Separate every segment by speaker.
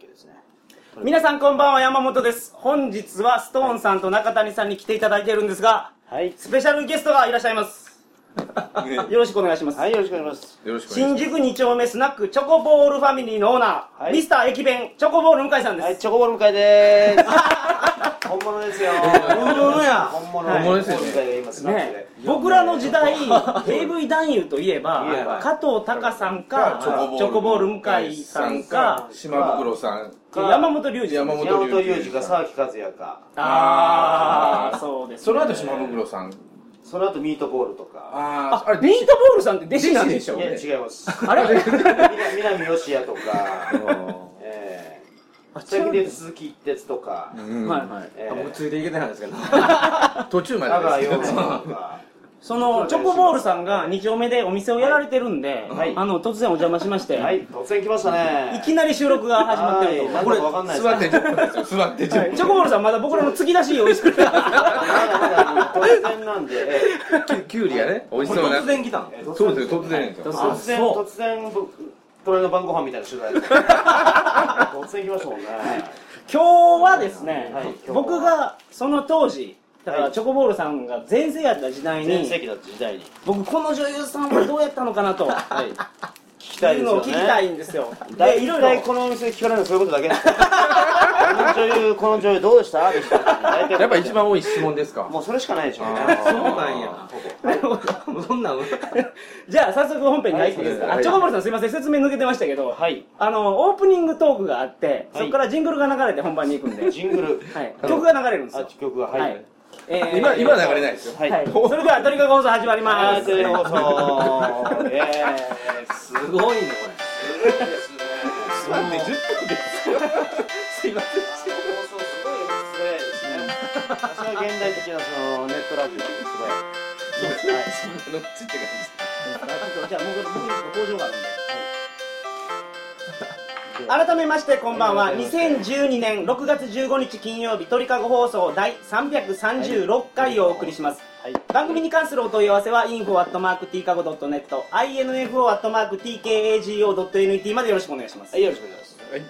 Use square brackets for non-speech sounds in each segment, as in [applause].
Speaker 1: ですね皆さんこんばんは山本です本日はストーンさんと中谷さんに来ていただいているんですが
Speaker 2: はい。
Speaker 1: スペシャルゲストがいらっしゃいますよろしくお願いします、
Speaker 2: はい、よろしくお願いします。
Speaker 3: よろしくお願い
Speaker 1: 新
Speaker 3: し
Speaker 1: 宿2丁目スナックチョコボールファミリーのオーナー、
Speaker 2: はい
Speaker 1: ミスター駅弁チョコボール向井さんです、
Speaker 2: はい、チョコボール向井でー
Speaker 1: [laughs]
Speaker 2: す。本物ですよ。
Speaker 1: 本物や
Speaker 2: 本物。
Speaker 1: 本
Speaker 3: 物ですよね
Speaker 2: チョコボール向井が今スナック
Speaker 1: ね
Speaker 2: で。、
Speaker 1: 僕らの時代 AV 男優といえば
Speaker 2: いえば
Speaker 1: 加藤隆さんか
Speaker 3: ます。
Speaker 1: チョコボール向井さんか
Speaker 3: 島袋さん。
Speaker 2: か
Speaker 1: 山本龍二さん
Speaker 3: 山本
Speaker 2: 山本裕二か沢木和也か。
Speaker 1: ああそうですね
Speaker 3: その後島袋さん。
Speaker 2: その後ミートボールとか。
Speaker 3: あ
Speaker 1: あミートボールさんって弟子なんでしょ
Speaker 2: いや、違います。
Speaker 1: あれ
Speaker 2: 南南よしやとか。ええ。先で鈴木一徹とか。
Speaker 3: うん
Speaker 1: はいはい
Speaker 2: え
Speaker 4: あ僕
Speaker 2: え。
Speaker 4: ついていけてないんです
Speaker 1: [laughs]
Speaker 4: けど
Speaker 3: 途中ま
Speaker 2: 阿川
Speaker 3: で
Speaker 2: 陽
Speaker 3: で
Speaker 2: 子
Speaker 3: す
Speaker 2: と
Speaker 3: けど。
Speaker 2: か。
Speaker 1: そのチョコボールさんが2丁目でお店をやられてるんで、
Speaker 2: はい
Speaker 1: あの突然お邪魔しまして、、
Speaker 2: はいい、突然来ましたね。
Speaker 1: きなり収録が始まってると、
Speaker 2: はいなん
Speaker 3: これ
Speaker 2: だかわかんないです
Speaker 3: [laughs] 座って10分ですよ。座って10
Speaker 1: チョコボールさんまだ僕らの突き出し美味しくて
Speaker 2: まだまだあの突然なんで。ええ
Speaker 3: 分。きゅうりがね、美味しそうな。
Speaker 4: 突然来たの
Speaker 2: ええ突然
Speaker 3: そうですよ、突然ですよ。
Speaker 2: 突然
Speaker 4: そう
Speaker 2: 突然僕隣の晩ご飯みたいな取材突然来ましたもんね
Speaker 1: 今日はですね、
Speaker 2: はい今日は
Speaker 1: 僕がその当時だか
Speaker 2: は
Speaker 1: ら
Speaker 2: い
Speaker 1: チョコボールさんが全盛やった時代
Speaker 2: 全
Speaker 1: に
Speaker 2: 盛期だった時代に聞
Speaker 1: 僕この女優さんはどうやったのかなとい
Speaker 2: きたいうです
Speaker 1: のを
Speaker 2: よ
Speaker 1: 聞
Speaker 2: ね
Speaker 1: きたいんですよ
Speaker 2: 大
Speaker 1: でいろい
Speaker 2: 体
Speaker 1: ろ
Speaker 2: このお店で聞かれるのそういうことだけですこの女優この女優どうでしたでした大体
Speaker 3: やっぱ一番多い質問ですか。
Speaker 2: もうそれしかないでしょうね
Speaker 3: あー
Speaker 4: そうなんやもうそんなん
Speaker 1: じゃあ早速本編に入っていいですか、
Speaker 3: はい
Speaker 1: あチョコボールさんすいません説明抜けてましたけど、
Speaker 2: はい
Speaker 1: あのオープニングトークがあって、
Speaker 2: はい
Speaker 1: そこからジングルが流れて本番に行くんで、
Speaker 2: ジングル
Speaker 1: はい、曲が流れるんです
Speaker 2: あ
Speaker 1: よ
Speaker 2: 曲が
Speaker 1: は
Speaker 2: はいい
Speaker 1: えー
Speaker 3: 今、今流れないですよ。
Speaker 2: は
Speaker 1: はいい、それではトリカゴ放送始まりま
Speaker 2: あー
Speaker 1: す
Speaker 2: テレ放送イエーイ
Speaker 4: すごいね
Speaker 3: 座って10分ですよ。すいません。
Speaker 2: 放送すごい失礼ですね。それは現代的なそのネットラジオですごい。
Speaker 3: のっちって
Speaker 1: あち
Speaker 3: 感
Speaker 1: ょっとじゃあもう僕一個工場があるんで、改めましてこんばんは2012年6月15日金曜日鳥かご放送第336回をお送りします、
Speaker 2: はい。
Speaker 1: 番組に関するお問い合わせは info.tkago.net info.tkago.net までよろしくお願いします、
Speaker 2: はい、よろしくお願いします。
Speaker 3: じ。はい。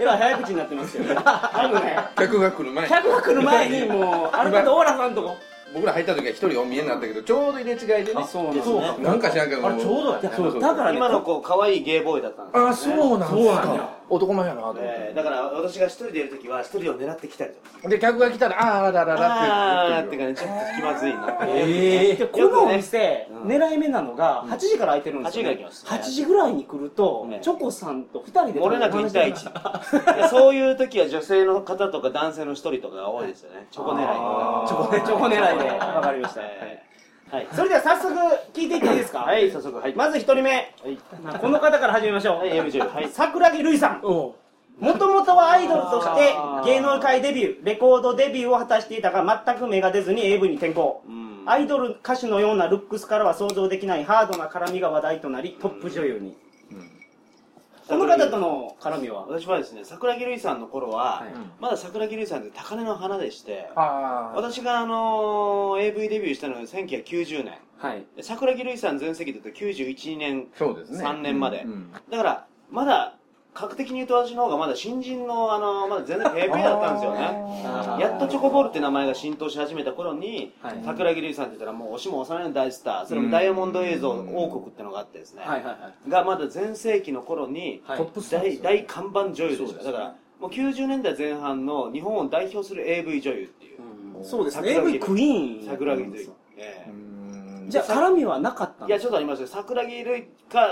Speaker 1: えらい早口になってますよねあのね
Speaker 3: 客が来る前
Speaker 1: [laughs]
Speaker 3: に。
Speaker 1: 客が来る前にもうある程度オーラさんとこ
Speaker 3: 僕ら入った時は一人お見えになったけど、ちょうど入れ違いでね。
Speaker 1: うなん
Speaker 2: ですね
Speaker 3: なんか知らんけど。
Speaker 4: あれちょうどやね
Speaker 3: そうそう。
Speaker 1: だからね
Speaker 2: 今の子可愛いゲイボーイだったんですよ、ね。
Speaker 3: あ、そうなんですか。男前やなと思って。
Speaker 2: えーだから私が一人でいるときは一人を狙ってきたりとか。
Speaker 3: で客が来たら「あーあららら
Speaker 2: あ
Speaker 3: ら」
Speaker 2: ー
Speaker 3: っ
Speaker 2: ってて
Speaker 3: 言う
Speaker 2: 感じ、ちょっと気まずいな。
Speaker 4: え
Speaker 1: でこのお店、狙い目なのが8時から開いてるんですよ、ね、
Speaker 2: 8時から開きます
Speaker 1: 8時ぐらいに来ると、
Speaker 2: ね
Speaker 1: チョコさんと2人で
Speaker 2: 漏れなく1対1でそういう時は女性の方とか男性の一人とかが多いですよねチョコ狙い
Speaker 1: あ
Speaker 2: が
Speaker 1: ーチョコねチョコ狙いでわかりました
Speaker 2: えーはい、
Speaker 1: それでは早速聞いていっていいですか
Speaker 2: はい、早速はい、
Speaker 1: まず1人目、
Speaker 2: はい
Speaker 1: まあこの方から始めましょう、
Speaker 2: はい、やめちゃうはい
Speaker 1: 桜木瑠衣さん
Speaker 4: お
Speaker 1: もともとはアイドルと
Speaker 2: あ
Speaker 1: し
Speaker 2: ー
Speaker 1: て芸能界デビューレコードデビューを果たしていたが全く芽が出ずに AV に転向
Speaker 2: うん
Speaker 1: アイドル歌手のようなルックスからは想像できないハードな絡みが話題となりトップ女優に、この方との絡みは
Speaker 2: 私はですね桜木瑠衣さんの頃は、まだ桜木瑠衣さんって高嶺の花でして
Speaker 3: あー
Speaker 2: 私が、あのー AV デビューしたのが1990年
Speaker 1: はい
Speaker 2: で桜木瑠衣さん全盛期だと91年
Speaker 3: そうですね
Speaker 2: 3年まで、
Speaker 3: うんうん
Speaker 2: だからまだ確的に言うと私の方がまだ新人の、あのーまだ全然ペーペーだったんですよね
Speaker 4: あー
Speaker 2: やっとチョコボールって名前が浸透し始めた頃に、
Speaker 1: はい
Speaker 2: 桜木瑠衣さんって言ったらもう押しも押されの大スターそれもダイヤモンド映像王国ってのがあってですね、
Speaker 1: はいはいはい
Speaker 2: がまだ全盛期の頃に、
Speaker 1: はい
Speaker 3: トップスターで
Speaker 2: 大
Speaker 3: すよ
Speaker 2: 大看板女優でし
Speaker 3: そう
Speaker 2: た
Speaker 3: です
Speaker 2: だからもう90年代前半の日本を代表する AV 女優っていう、
Speaker 1: そうですね
Speaker 2: 桜木
Speaker 1: AV クイーン
Speaker 2: 桜木瑠衣、え
Speaker 3: うー
Speaker 2: え
Speaker 3: ん
Speaker 1: じゃあ絡みはなかったん
Speaker 2: いやちょっとありましたよ桜木瑠衣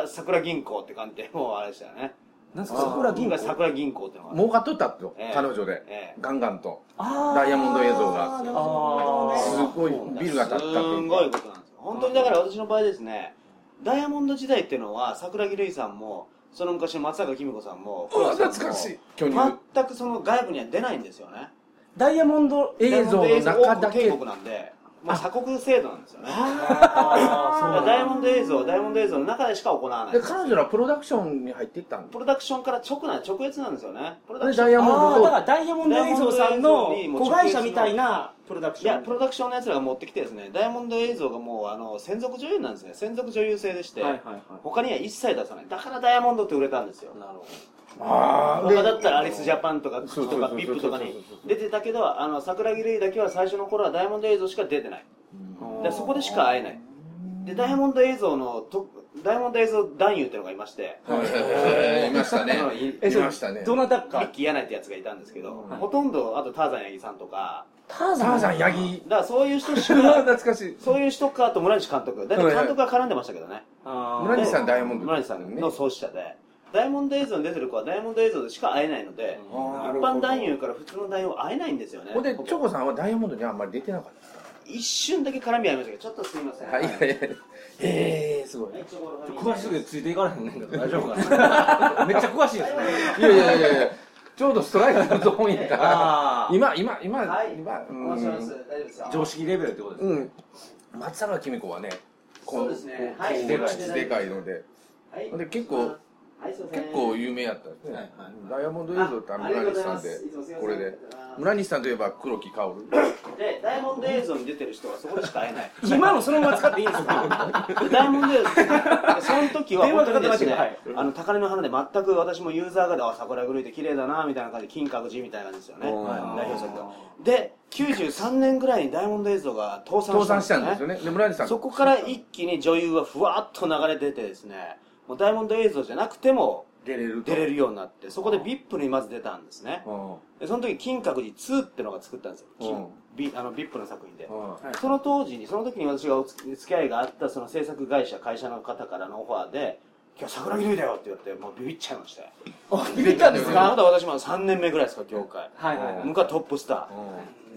Speaker 2: か桜銀行って感じでもうあれでしたよね
Speaker 1: なんすか桜
Speaker 2: 桜
Speaker 1: 銀
Speaker 2: 銀
Speaker 1: 河
Speaker 2: が桜銀行ってのがある
Speaker 3: 儲かっとったと
Speaker 2: ええ
Speaker 3: 彼女で
Speaker 2: ええ
Speaker 3: ガンガンと
Speaker 1: あー
Speaker 3: ダイヤモンド映像が
Speaker 1: なるほどね
Speaker 3: すごいビルが建ったっ
Speaker 2: す
Speaker 3: てい
Speaker 2: ん
Speaker 3: う
Speaker 2: ご
Speaker 3: か
Speaker 2: いことなんですよ本当にだから私の場合ですねダイヤモンド時代っていうのは桜木瑠衣さんもその昔の松坂君子さんも
Speaker 3: うわ懐かしい巨乳
Speaker 2: 全くその外部には出ないんですよね
Speaker 1: ダイヤモンド
Speaker 3: 映像の中だ
Speaker 2: ダイヤモンド映像王
Speaker 3: け
Speaker 2: 国なんで、まあ、鎖国制度なんですよね。だか
Speaker 1: あ
Speaker 2: らダイヤモンド映像はダイヤモンド映像の中でしか行わない
Speaker 3: で。彼女らプロダクションに入っていったん
Speaker 2: プロダクションから直な直越なんですよね。プロダク
Speaker 3: で
Speaker 2: ショ
Speaker 3: ダ
Speaker 2: ン。
Speaker 3: イヤモン
Speaker 1: あ
Speaker 3: ド
Speaker 1: だか
Speaker 3: と
Speaker 1: らダイヤモンド映像さんの子会社みたいなプロダク
Speaker 2: い
Speaker 1: ション
Speaker 2: や、プロダクションのやつらが持ってきてですね、ダイヤモンド映像がもう、あの、専属女優なんですね。専属女優制でして、
Speaker 1: はいはいはい
Speaker 2: 他には一切出さない。だからダイヤモンドって売れたんですよ。
Speaker 4: なるほ
Speaker 3: あ
Speaker 2: 他だったらアリスジャパンとか
Speaker 3: そう
Speaker 2: 口
Speaker 3: そう
Speaker 2: と
Speaker 3: そう
Speaker 2: か
Speaker 3: そう
Speaker 2: ビップとか
Speaker 3: そう
Speaker 2: に
Speaker 3: そうそう
Speaker 2: 出てたけどあの桜木レイだけは最初の頃はダイヤモンド映像しか出てない
Speaker 1: うん
Speaker 2: でそこでしか会えないでダイヤモンド映像のとダイヤモンド映像男優ってのがいまして
Speaker 3: はいいましたね
Speaker 2: うんい
Speaker 3: いましたね
Speaker 1: どなた
Speaker 2: ミッ
Speaker 1: か
Speaker 2: キー・ヤナイってやつがいたんですけど、
Speaker 3: はい
Speaker 2: ほとんどあとターザン八木さんとか
Speaker 1: タ
Speaker 3: ターザンヤ [laughs] ギ
Speaker 2: だからそういう人し
Speaker 3: う
Speaker 2: か
Speaker 3: わ懐かしい
Speaker 2: そういう人かあと村西監督だって監督が絡んでましたけどね
Speaker 1: あー
Speaker 3: 村西さんダイヤモンド
Speaker 2: 村西さんの創始者でダイヤモンド映像に出てる子はダイヤモンド映像でしか会えないので、
Speaker 4: うん
Speaker 3: あーな
Speaker 2: 一
Speaker 3: るほど
Speaker 2: 般男優から普通の男優は会えないんですよね
Speaker 3: ほんでチ
Speaker 2: ほぼ
Speaker 3: ョコさんはダイヤモンドにはあんまり出てなかっ
Speaker 2: 一瞬だけ絡み合いましたけどちょっとすみませ
Speaker 3: た
Speaker 2: ん
Speaker 3: はいはいはいええすごい
Speaker 4: 詳しくついていかれへんねんけど大丈夫かなめっちゃ詳しいですね
Speaker 3: いやいやいやいやちょうどストライクのゾーンやから
Speaker 4: ああ
Speaker 3: 今今今
Speaker 2: はい
Speaker 3: 今うん
Speaker 2: 面白いです大丈夫ですか
Speaker 4: 常識レベルってことですね
Speaker 3: うん松坂公子はねこ
Speaker 2: そうですねはい
Speaker 3: こう口でかいので
Speaker 2: はい
Speaker 3: で結構
Speaker 2: はいすいません
Speaker 3: 結構有名やったんですね、
Speaker 4: はいはい
Speaker 3: ダイヤモンド映像ってあの
Speaker 2: あありが
Speaker 3: 村西さんで
Speaker 2: とうございます
Speaker 3: こ
Speaker 2: いつも
Speaker 3: れで
Speaker 2: すいません
Speaker 3: 村西さんといえば黒木薫
Speaker 2: でダイヤモンド映像に出てる人はそこでしか会え
Speaker 3: [laughs]
Speaker 2: ない
Speaker 1: 今のそのまま使っていいんですか
Speaker 2: ダイヤモンド映像その時は
Speaker 1: 電話
Speaker 2: 本
Speaker 1: か
Speaker 2: 当
Speaker 1: か
Speaker 2: にで
Speaker 1: ってました
Speaker 2: す
Speaker 1: け
Speaker 2: ね、
Speaker 1: ど
Speaker 2: あの高嶺の花で全く私もユーザーがであ桜狂いて綺麗だなみたいな感じで金閣寺みたいな感じですよね代
Speaker 3: うん
Speaker 2: 表作がで93年ぐらいにダイヤモンド映像が倒産
Speaker 3: 倒
Speaker 2: したん
Speaker 3: 産
Speaker 2: で
Speaker 3: し
Speaker 2: すよ
Speaker 3: たん
Speaker 2: ね
Speaker 3: ですよねで村西さん
Speaker 2: そこから一気に女優はふわっと流れ出てですねもうダイヤモンド映像じゃなくても
Speaker 3: 出れると
Speaker 2: 出れるようになってそこで VIP にまず出たんですね
Speaker 3: うんうん
Speaker 2: でその時金閣寺2ってのが作ったんですよ、
Speaker 3: うん
Speaker 2: ビあの VIP の作品で、
Speaker 1: はい
Speaker 2: その当時にその時に私がお付き合いがあったその制作会社会社の方からのオファーで「今日桜木類だよ」って言ってもうビビっちゃいました
Speaker 1: ビビったんです
Speaker 2: ま
Speaker 1: か
Speaker 2: だ私も3年目ぐらいですか業界
Speaker 1: はいはいはい
Speaker 2: 向こうはトップスタ
Speaker 3: う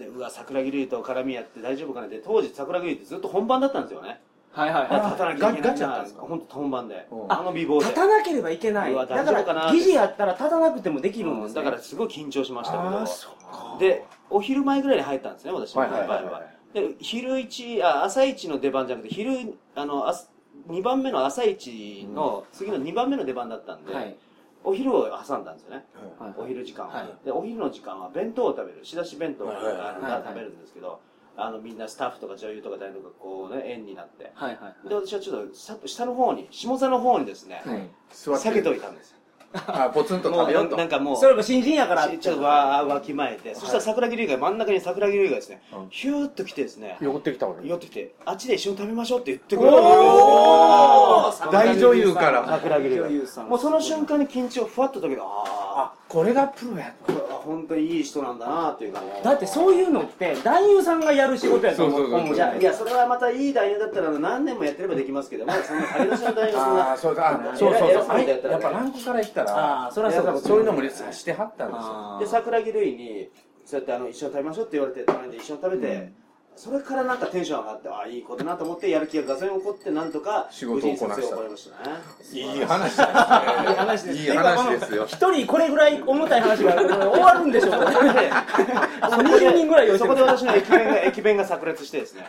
Speaker 2: ー
Speaker 3: ん
Speaker 2: でうわ桜木類と絡み合って大丈夫かなって当時桜木類ってずっと本番だったんですよね
Speaker 1: はいはいはい
Speaker 2: 立たなきゃいけないな
Speaker 3: ガチだったんですか
Speaker 2: 本当本番で
Speaker 3: うん
Speaker 2: あの美貌で
Speaker 1: 立たなければいけないう
Speaker 2: わ
Speaker 1: だ
Speaker 2: 大
Speaker 1: か
Speaker 2: 丈夫かな
Speaker 1: ら疑似やったら立たなくてもできるん
Speaker 2: う
Speaker 1: で
Speaker 2: ん
Speaker 1: す
Speaker 2: だ
Speaker 1: ね
Speaker 2: からすごい緊張しましたけ
Speaker 3: あ
Speaker 2: ど
Speaker 3: ーそうか
Speaker 2: でお昼前ぐらいに入ったんですね私の
Speaker 3: はい
Speaker 2: 場合
Speaker 3: はいはい
Speaker 2: は,、で昼一あ朝一の出番じゃなくて昼あのあ2番目の朝一の、次の2番目の出番だったんで、
Speaker 1: はい
Speaker 2: お昼を挟んだんですよね、
Speaker 1: はい
Speaker 2: お昼時間を、
Speaker 1: はい
Speaker 2: でお昼の時間は弁当を食べる仕出し弁当を、
Speaker 3: はいはいはい
Speaker 2: あの
Speaker 1: はいはい
Speaker 2: 食べるんですけどあのみんなスタッフとか女優とか誰とかこうね円になって
Speaker 1: はいはい
Speaker 2: で私はちょっと下下の方に下座の方にですね、
Speaker 3: うん座って
Speaker 2: 下げといたんですよ
Speaker 3: あポツンと
Speaker 2: も
Speaker 3: 食
Speaker 2: う
Speaker 3: べ
Speaker 2: な
Speaker 3: よ
Speaker 2: ん
Speaker 3: うと
Speaker 2: なんかもう
Speaker 1: それが新人やから
Speaker 2: ちちょっとわーわきまえて、そしたら桜木龍が真ん中に桜木龍がですね、
Speaker 3: うん
Speaker 2: ヒューッと来てですね、
Speaker 3: 寄ってきたわけ
Speaker 2: 寄ってきて、あっちで一緒に食べましょうって言ってくれた
Speaker 1: お
Speaker 2: んです
Speaker 1: ー
Speaker 2: よ。
Speaker 3: 大女優から
Speaker 1: 桜木女優さん
Speaker 2: もうその瞬間に緊張ふわっと解けた。あ
Speaker 3: あこれがプロや
Speaker 2: ーこれは本当にいい人なんだなっていうか。
Speaker 1: だってそ
Speaker 2: う。
Speaker 1: ういうのって男優さんがやる仕事やと思
Speaker 3: そううそうそう
Speaker 1: 思う
Speaker 2: い
Speaker 1: じゃな
Speaker 2: や
Speaker 1: い
Speaker 2: い
Speaker 1: で
Speaker 2: やそれはまたいい大変だったら何年もやってればできますけどまだそんな金出しの大変
Speaker 3: ああ
Speaker 2: は
Speaker 3: ーそう
Speaker 2: うん
Speaker 3: だあそうそう
Speaker 2: 偉
Speaker 3: そ
Speaker 2: いう偉
Speaker 3: あ
Speaker 2: い
Speaker 3: やっぱランクから来たら
Speaker 1: あーそりゃそうだ
Speaker 3: やっぱそういうのもしてはったんですよ
Speaker 2: そんなで桜木類にそうやってあの一緒に食べましょうって言われて頼んで一緒に食べて、
Speaker 3: うん
Speaker 2: それからなんかテンション上がってああいいことなと思ってやる気がガソリン起こってなんとか
Speaker 3: 仕事をこなした
Speaker 2: 無事に撮影終わりましたね
Speaker 3: いい話ですねいい話ですよ
Speaker 1: 一人これぐらい重たい話があると終わるんでしょう [laughs] 20人ぐらい用意し
Speaker 2: そ
Speaker 1: て
Speaker 2: こ
Speaker 1: る
Speaker 2: で私の駅弁が [laughs] 駅弁が炸裂してですね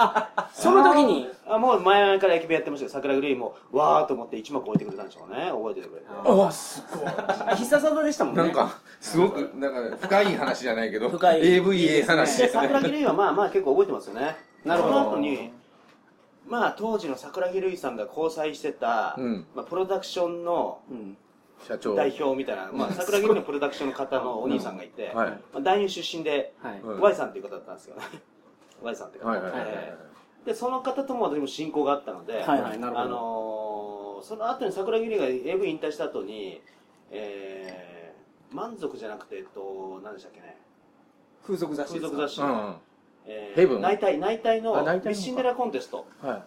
Speaker 1: その時に
Speaker 2: あもう前々から駅弁やってましたけど桜グリーンもわーっと思って一幕置いてくれたんでしょうね覚えててくれて
Speaker 3: あわすごい
Speaker 1: あ必殺技でしたもんね
Speaker 3: なんかすごくなんか深い話じゃないけど
Speaker 1: 深い
Speaker 3: AV ええ話
Speaker 2: で
Speaker 3: ですね
Speaker 2: 桜木類はまあまあ結構覚えてますよね
Speaker 1: なるほ
Speaker 2: そ
Speaker 1: ど
Speaker 2: の後にまあ当時の桜木類さんが交際してた、
Speaker 3: うん
Speaker 2: まあ、プロダクションの
Speaker 1: うん
Speaker 3: 社長
Speaker 2: 代表みたいな、まあ、桜木類のプロダクションの方のお兄さんがいて、
Speaker 3: はい
Speaker 2: まあ、男優出身で、
Speaker 1: はい
Speaker 3: うん
Speaker 2: Y さんっていう方だったんですよね [laughs] Y さんって方、
Speaker 3: はいはいはい
Speaker 1: は
Speaker 2: ええでその方とも私も親交があったので、
Speaker 1: はいはいなるほど
Speaker 2: あのーその後に桜木りが AV 引退した後に、えー、満足じゃなくて、えっと、何でしたっけね、
Speaker 1: 風俗雑
Speaker 2: 風
Speaker 1: 誌ですか
Speaker 2: 俗雑誌
Speaker 3: うんう
Speaker 2: の、
Speaker 3: ん
Speaker 2: え
Speaker 3: ヘブン
Speaker 2: 内体内体
Speaker 3: あ
Speaker 2: の
Speaker 3: 内体の
Speaker 2: ミスシンデレラコンテスト
Speaker 3: は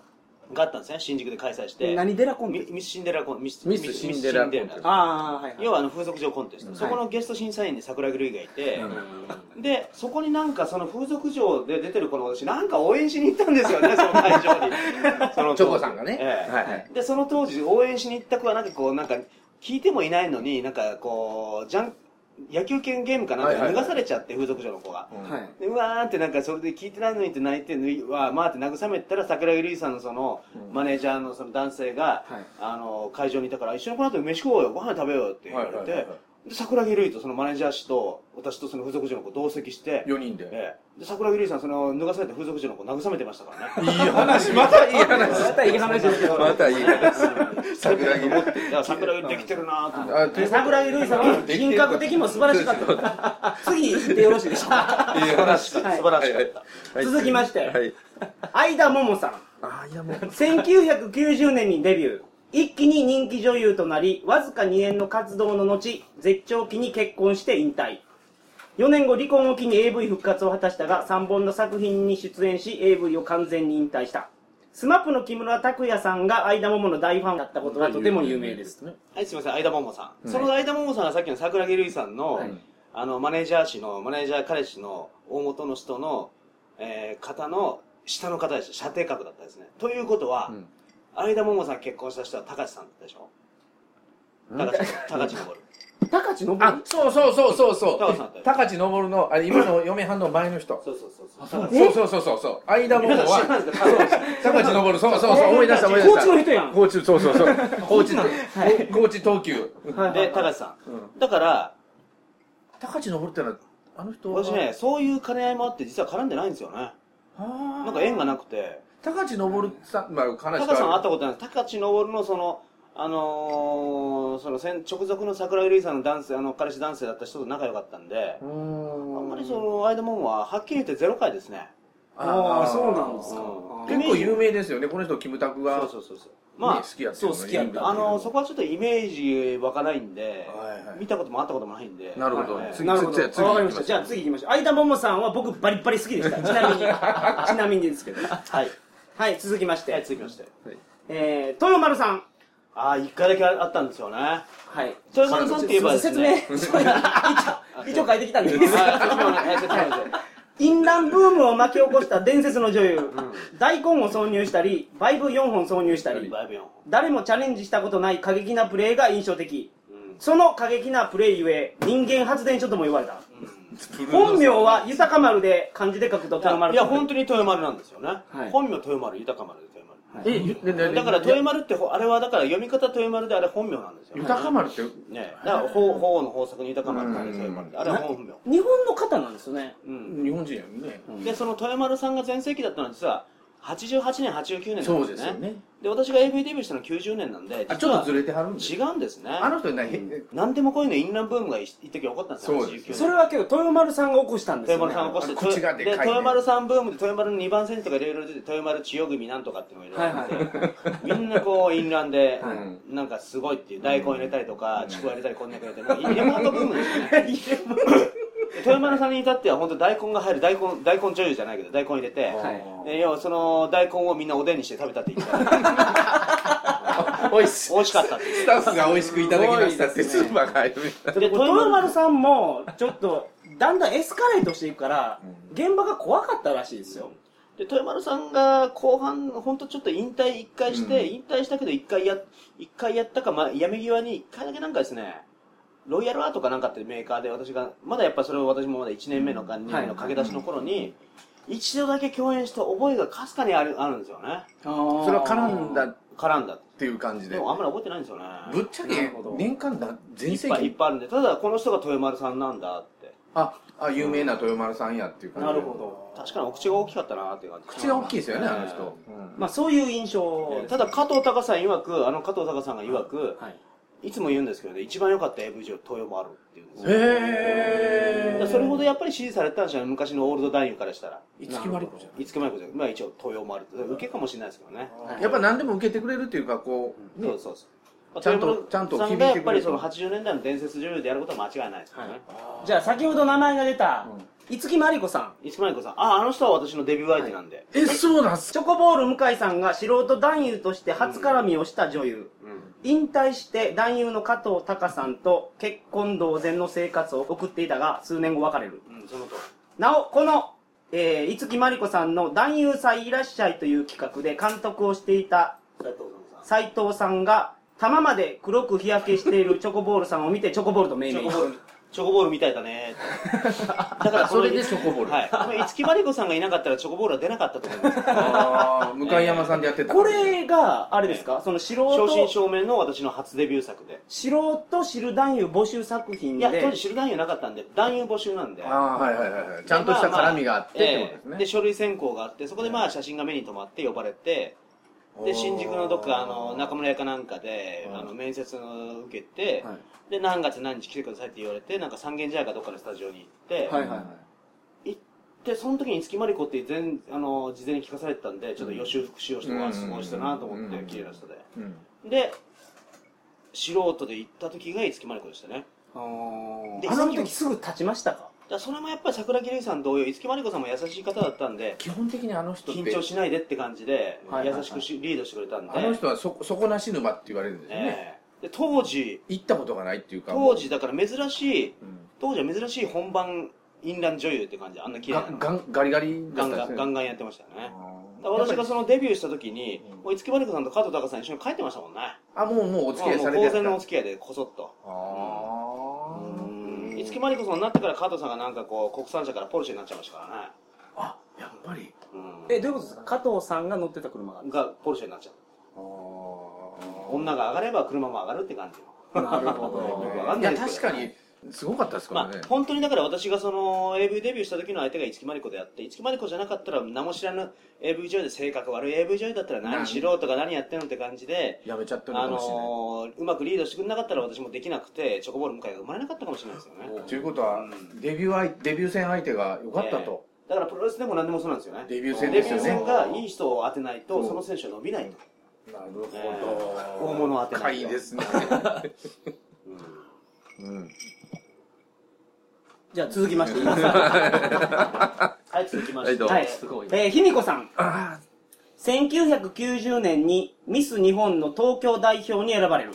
Speaker 2: があったんですね、新宿で開催して、
Speaker 1: 何デラコンビ
Speaker 2: ミミスシンデレラコンミス
Speaker 3: ミスシンデレラコンテス
Speaker 2: ミ
Speaker 3: ト
Speaker 2: スシンデ
Speaker 1: ああはいはい
Speaker 2: 要はあの風俗嬢コンテスト、
Speaker 3: うん
Speaker 2: そこのゲスト審査員に桜木るいがいて、
Speaker 3: うん
Speaker 2: でそこになんかその風俗嬢で出てる子の私なんか応援しに行ったんですよねその会場
Speaker 3: [laughs]
Speaker 2: にその
Speaker 3: いチョコさんがね
Speaker 2: ええ
Speaker 3: はいはい
Speaker 2: でその当時応援しに行った子はなんかこうなんか聞いてもいないのになんかこうじゃん野球拳ゲームかなんか
Speaker 3: はいはい
Speaker 2: 脱
Speaker 3: はい
Speaker 2: がされちゃって、風俗嬢の子が、
Speaker 3: うん
Speaker 1: はい
Speaker 2: でうわーってなんかそれで聞いてないのにって泣いてぬいわーまあって慰めたら桜井瑠衣さんのその、
Speaker 3: うん
Speaker 2: マネージャーのその男性が、
Speaker 1: はい
Speaker 2: あの会場にいたから一緒にこの後飯食おうよご飯食べようって言われて、
Speaker 3: はいはいはいはい
Speaker 2: で桜木瑠衣とそのマネージャー氏と私とその風俗嬢の子同席して、
Speaker 3: 4人で。
Speaker 2: ええで桜木瑠衣さんその脱がされた風俗嬢の子慰めてましたからね
Speaker 3: いい話、またいい話。
Speaker 4: またいい話ですよ。
Speaker 3: またいい話。桜木
Speaker 2: 思っていや桜木瑠衣できてるなと思って
Speaker 3: あ、ということ
Speaker 1: 桜木瑠衣さんは人格的にも素晴らしかった次行ってよろしいでしょうか
Speaker 3: [laughs] でいい話。
Speaker 1: はい
Speaker 2: 素晴らしかった
Speaker 3: はい
Speaker 1: 続きまして
Speaker 3: はい。
Speaker 1: 相田桃さん
Speaker 3: あ、いやもう。
Speaker 1: [laughs] 1990年にデビュー一気に人気女優となりわずか2年の活動の後絶頂期に結婚して引退4年後離婚を機に AV 復活を果たしたが3本の作品に出演し AV を完全に引退した SMAP の木村拓哉さんが相田桃の大ファンだったことがとても有名です
Speaker 3: ね。
Speaker 2: はいすいません相田桃さん、
Speaker 3: うん
Speaker 2: その相田桃さんがさっきの桜木瑠衣さんの、
Speaker 1: はい
Speaker 2: あのマネージャー氏のマネージャー彼氏の大元の人の、えー方の下の方でした射程角だったですねということは、
Speaker 3: うん
Speaker 2: 相田桃さん結婚した人は高橋さんだったでしょ高橋高橋 [laughs] 昇
Speaker 1: 高知の
Speaker 3: あ、そうそうそうそう
Speaker 2: 高橋
Speaker 3: そ
Speaker 2: さん
Speaker 3: う。高知昇の、あれ、今の嫁はんの前の人。
Speaker 2: そうそうそうそう
Speaker 3: そうそうそうそうそう。間も
Speaker 2: 皆さん知らな
Speaker 3: は。
Speaker 2: いですか高橋さん
Speaker 3: 高知昇、そうそうそう。思い出した思い出し
Speaker 1: 高
Speaker 3: た。
Speaker 1: 知の人やん
Speaker 3: 高知、そうそ
Speaker 2: [laughs]
Speaker 3: うそう。高知、高知東急。
Speaker 2: で高橋さんだから
Speaker 3: 高知昇ってのは、あの人は。
Speaker 2: 私ねそういう兼ね合いもあって実は絡んでないんですよね
Speaker 3: あー
Speaker 2: なんか縁がなくて
Speaker 3: 高知昇さん、まあ、話
Speaker 2: 高
Speaker 3: 変
Speaker 2: さん
Speaker 3: わ
Speaker 2: 会
Speaker 3: る
Speaker 2: ったことないです高知昇のそのあのー、その先直属の桜井瑠衣さんの男性あの彼氏男性だった人と仲良かったんで
Speaker 3: うー
Speaker 2: あ
Speaker 3: ん
Speaker 2: んまりその間もんははっきり言ってゼロ回ですね
Speaker 1: ああそうなんですか
Speaker 2: うん
Speaker 3: 結構有名ですよねこの人キムタクが
Speaker 2: そうそうそうそうま
Speaker 3: ね、好きやったよね
Speaker 1: そう好きやった
Speaker 3: 有名
Speaker 2: ああのそこはちょっとイメージ湧かないんで、
Speaker 3: はいはい
Speaker 2: 見たこともあったこともないんで
Speaker 3: なるほど、
Speaker 2: はい
Speaker 3: 次
Speaker 1: なるほど。
Speaker 3: 次
Speaker 1: わ
Speaker 3: 次
Speaker 1: かりました。じゃあ次行きましょう。相田桃さんは僕バリバリ好きでした。ちなみに。ちなみにですけど。
Speaker 2: はい、
Speaker 1: はい、続きまし
Speaker 2: はい、
Speaker 1: て。
Speaker 2: 続きまして
Speaker 1: えー、豊丸さん。
Speaker 2: ああ一回だけあったんですよね
Speaker 1: はい。
Speaker 2: 豊丸さんって言えばです
Speaker 1: 説
Speaker 2: ね
Speaker 1: 明、一応書いてきたん [laughs] でいいです
Speaker 2: はい説明お願い説明お願いします
Speaker 1: 淫乱ブームを巻き起こした伝説の女優、大根を挿入したりバイブ4本挿入したり
Speaker 2: バイブ4本
Speaker 1: 誰もチャレンジしたことない過激なプレーが印象的
Speaker 2: うん
Speaker 1: その過激なプレーゆえ人間発電所とも言われた
Speaker 3: ブルーノ
Speaker 1: 本名は豊か丸で漢字で書くと豊
Speaker 2: うん
Speaker 1: 丸
Speaker 2: いや本当に豊丸なんですよね、
Speaker 1: はい
Speaker 2: 本名豊丸豊丸で豊丸
Speaker 3: えゆねね
Speaker 2: だから豊丸ってほあれはだから読み方豊丸であれ本名なんですよ、ね。
Speaker 3: 豊か丸って
Speaker 2: ねだから法法皇の豊作に豊か丸ってあれ豊丸であれは本名。
Speaker 1: 日本の方なんですよね
Speaker 2: うん。
Speaker 3: 日本人やんね、
Speaker 2: でその豊丸さんが全盛期だったのは実は88年89年
Speaker 3: そ
Speaker 2: なん
Speaker 3: う
Speaker 2: で
Speaker 3: です
Speaker 2: す
Speaker 3: よ
Speaker 2: ね。
Speaker 3: ね
Speaker 2: で私が AV デビューしたの90年なんで
Speaker 3: あち
Speaker 2: 実
Speaker 3: ょっ
Speaker 2: は
Speaker 3: とずれてはるんです
Speaker 2: 違うんですね。
Speaker 3: あの人ね、へ
Speaker 2: なんでもこういうのインランブームが一一時起こったんですよ。
Speaker 3: そうです
Speaker 2: 89年
Speaker 1: それはけど豊丸さんが起こしたんですよ、
Speaker 2: 豊
Speaker 1: ね、
Speaker 2: 丸さん起こして、
Speaker 3: あの口がでかいね
Speaker 2: 豊丸さんブームで豊丸の2番線とかいろいろ出て豊丸千代組なんとかっていうのがいろいろあって、みんなこうインランで、
Speaker 3: い
Speaker 2: なんかすごいっていう大根入れたりとか、
Speaker 3: うん
Speaker 2: ちくわ入れたりこんにゃく入れたりなんか入れ物ブーム
Speaker 3: [laughs]
Speaker 2: ですよね豊丸さんに至っては本当大根が入る大根大根女優じゃないけど大根入れて、
Speaker 3: はい
Speaker 2: え要はその大根をみんなおでんにして食べたって言ってた
Speaker 3: [laughs] おいし
Speaker 2: 美味しかったって
Speaker 3: スタッフが美味しくいただきましたってスーパーが入るみたい
Speaker 2: で
Speaker 1: 豊丸さんもちょっとだんだんエスカレートしていくから
Speaker 3: う
Speaker 1: 現場が怖かったらしいですよ、
Speaker 2: で豊丸さんが後半本当ちょっと引退一回して、
Speaker 3: うん
Speaker 2: 引退したけど一回や一回やったか、まあ、やめ際に一回だけなんかですねロイヤルアートかなんかっていうメーカーで私がまだやっぱそれを私もまだ1年目のか2年目の駆け出しの頃に一度だけ共演した覚えがかすかにあるあるんですよね
Speaker 3: なそれは絡んだっ
Speaker 2: 絡んだ
Speaker 3: ていう感じ
Speaker 2: で
Speaker 3: で
Speaker 2: もあんまり覚えてないんですよね
Speaker 3: ぶっちゃ
Speaker 1: なる
Speaker 3: け
Speaker 1: ほど
Speaker 3: 年間だ
Speaker 2: い
Speaker 3: 全
Speaker 2: っ
Speaker 3: 盛
Speaker 2: ぱいいっ
Speaker 3: 期
Speaker 2: ぱいあるんでただこの人が豊丸さんなんだって
Speaker 3: ああ有名な豊丸さんやっていう感じ
Speaker 1: な
Speaker 3: で
Speaker 1: るほど
Speaker 2: 確かにお口が大きかったなっていう感じ
Speaker 3: 口が大きいですよね、あの
Speaker 2: ね
Speaker 3: 人。うん
Speaker 1: まあそういう印象
Speaker 2: えーただ加藤隆さん曰くあの加藤隆さんが曰く、
Speaker 1: はい
Speaker 2: いつも言うんですけどね、一番良かった AV 女優は豊丸って言うんですよ。だ
Speaker 3: へ
Speaker 2: からそれほどやっぱり支持されてたんじゃない昔のオールド男優からしたら。
Speaker 3: いつきまりこじゃ
Speaker 2: いつくまいこじゃんまあ一応豊丸って。受けかもしれないですけどね。
Speaker 3: ない。やっぱ何でも受けてくれるっていうか、こう、
Speaker 2: そうそうそう。
Speaker 3: ちゃん
Speaker 2: 豊
Speaker 3: と
Speaker 2: 丸
Speaker 3: ちゃんと
Speaker 2: さ
Speaker 3: 響い
Speaker 2: ん
Speaker 3: てく
Speaker 2: が
Speaker 3: れる
Speaker 2: やっぱりその80年代の伝説女優でやることは間違いないですよね。
Speaker 1: じゃあ先ほど名前が出た五木真理子さん
Speaker 2: いつくまいこさん、あ、あの人は私のデビュー相手なんで。
Speaker 3: え、そうなんす
Speaker 2: [laughs]
Speaker 1: チョコボール向井さんが素人男優として初絡みをした女優、引退して男優の加藤隆さんと結婚同然の生活を送っていたが数年後別れる
Speaker 2: うん、そのと
Speaker 1: なおこの、えー、五木真理子さんの「男優祭いらっしゃい」という企画で監督をしていた
Speaker 2: り。さ
Speaker 1: 斉 [laughs] 藤さんが玉まで黒く日焼けしているチョコボールさんを見てチョコボールと
Speaker 2: ん。
Speaker 1: 命
Speaker 2: チ
Speaker 1: 名
Speaker 2: ョコボールチョコボールみたいだねってだから
Speaker 3: [laughs] それでチョコボール。
Speaker 2: はい、この五木マリコさんがいなかったらチョコボールは出なかったと思います
Speaker 3: あー向山さんでやってた。
Speaker 1: これが、あれですか、その素
Speaker 2: 正真
Speaker 1: 人、
Speaker 2: 正銘の私の初デビュー作で
Speaker 1: 素人知る男優募集作品
Speaker 2: い
Speaker 1: で
Speaker 2: や、当時知る男優なかったんで男優募集なんで
Speaker 3: ああ、はいはいはいはい。ちゃんとした絡みがあってってことです
Speaker 2: え
Speaker 3: ね
Speaker 2: え。で書類選考があってそこでまあ写真が目に留まって呼ばれてで新宿のどっかあの中村屋かなんかで
Speaker 3: はい
Speaker 2: あの面接を受けて、
Speaker 3: は
Speaker 2: で何月何日来てくださいって言われてなんか三軒茶屋かどっかのスタジオに行って、
Speaker 1: はい
Speaker 2: でその時に五木まりこって全あの事前に聞かされてたんでちょっと予習復習をして
Speaker 3: うん
Speaker 2: わあすごい人だなと思って
Speaker 3: うん
Speaker 2: 綺麗な人で
Speaker 3: うん
Speaker 2: で素人で行った時が五木まりこでしたねで
Speaker 1: あの時すぐ立ちましたか
Speaker 2: だからそれもやっぱり桜木瑠衣さん同様五木まりこさんも優しい方だったんで
Speaker 3: 基本的にあの人って、
Speaker 2: 緊張しないでって感じで
Speaker 1: はいはいはい
Speaker 2: 優しくしリードしてくれたんで
Speaker 3: あの人はそ、底なし沼って言われるんですよね。
Speaker 2: ええで当時
Speaker 3: 行ったことがないっていうか。
Speaker 2: 当時だから珍しい
Speaker 3: うん、
Speaker 2: 当時は珍しい本番インラン女優って感じであんな綺麗
Speaker 3: が
Speaker 2: なの
Speaker 3: ガンガリガリ
Speaker 2: ガ
Speaker 3: だ
Speaker 2: ン
Speaker 3: ったん
Speaker 2: ガン
Speaker 3: ですね。
Speaker 2: ガンガンやってましたよねだから
Speaker 3: やっぱ
Speaker 2: 私
Speaker 3: り
Speaker 2: がそのデビューした時に
Speaker 3: うん
Speaker 2: 五木まりこさんと加藤隆さん一緒に帰ってましたもんね
Speaker 3: あ、もうもうお
Speaker 2: お
Speaker 3: 付き合いされて
Speaker 2: 当然のお
Speaker 3: あ
Speaker 2: 付き合いでこそっと
Speaker 3: あ
Speaker 2: うん
Speaker 3: ー。
Speaker 2: 五木まりこさんになってから加藤さんがなんかこう国産車からポルシェになっちゃいましたからね
Speaker 3: あ、やっぱり。
Speaker 2: うん
Speaker 1: えどういうことですか加藤さんが乗ってた車が
Speaker 2: がポルシェになっちゃっ
Speaker 3: あ
Speaker 2: た
Speaker 3: ー
Speaker 2: 女が上がれば車も上がるって感じの
Speaker 1: なるほ
Speaker 2: よくわかん
Speaker 3: い
Speaker 2: ない
Speaker 3: や
Speaker 2: です
Speaker 3: 確
Speaker 2: けど
Speaker 3: かにすごかったですか
Speaker 2: ま
Speaker 3: らね
Speaker 2: あ、、本当にだから私がその AV デビューした時の相手が五木まりこであって五木まりこじゃなかったら名も知らぬ AV 女優で性格悪い AV 女優だったら
Speaker 3: な
Speaker 2: 何
Speaker 3: ん
Speaker 2: しろとか何やってんのって感じで、
Speaker 3: やめちゃってるの
Speaker 2: あ
Speaker 3: かもしれない、
Speaker 2: のーうまくリードしてくれなかったら私もできなくてチョコボール向井が生まれなかったかもしれないですよね
Speaker 3: ということは、
Speaker 2: うん
Speaker 3: デビュー相デビュー戦相手が良かったと、
Speaker 2: だからプロレスでも何でもそうなんですよね
Speaker 3: デビュー戦
Speaker 2: デ
Speaker 3: で
Speaker 2: ビ
Speaker 3: す
Speaker 2: ュー
Speaker 3: よね
Speaker 2: 戦がいい人を当てないと
Speaker 3: うん
Speaker 2: その選手は伸びないと、
Speaker 3: なる
Speaker 2: えー大物当てない
Speaker 3: 深
Speaker 2: と
Speaker 3: いですね、
Speaker 2: [laughs]
Speaker 3: うん、
Speaker 1: じゃあ続きましていいですか
Speaker 2: はい続きまして、
Speaker 3: は
Speaker 1: はい
Speaker 4: すごい。
Speaker 1: えー、卑弥呼さん
Speaker 3: あ
Speaker 1: 1990年にミス日本の東京代表に選ばれる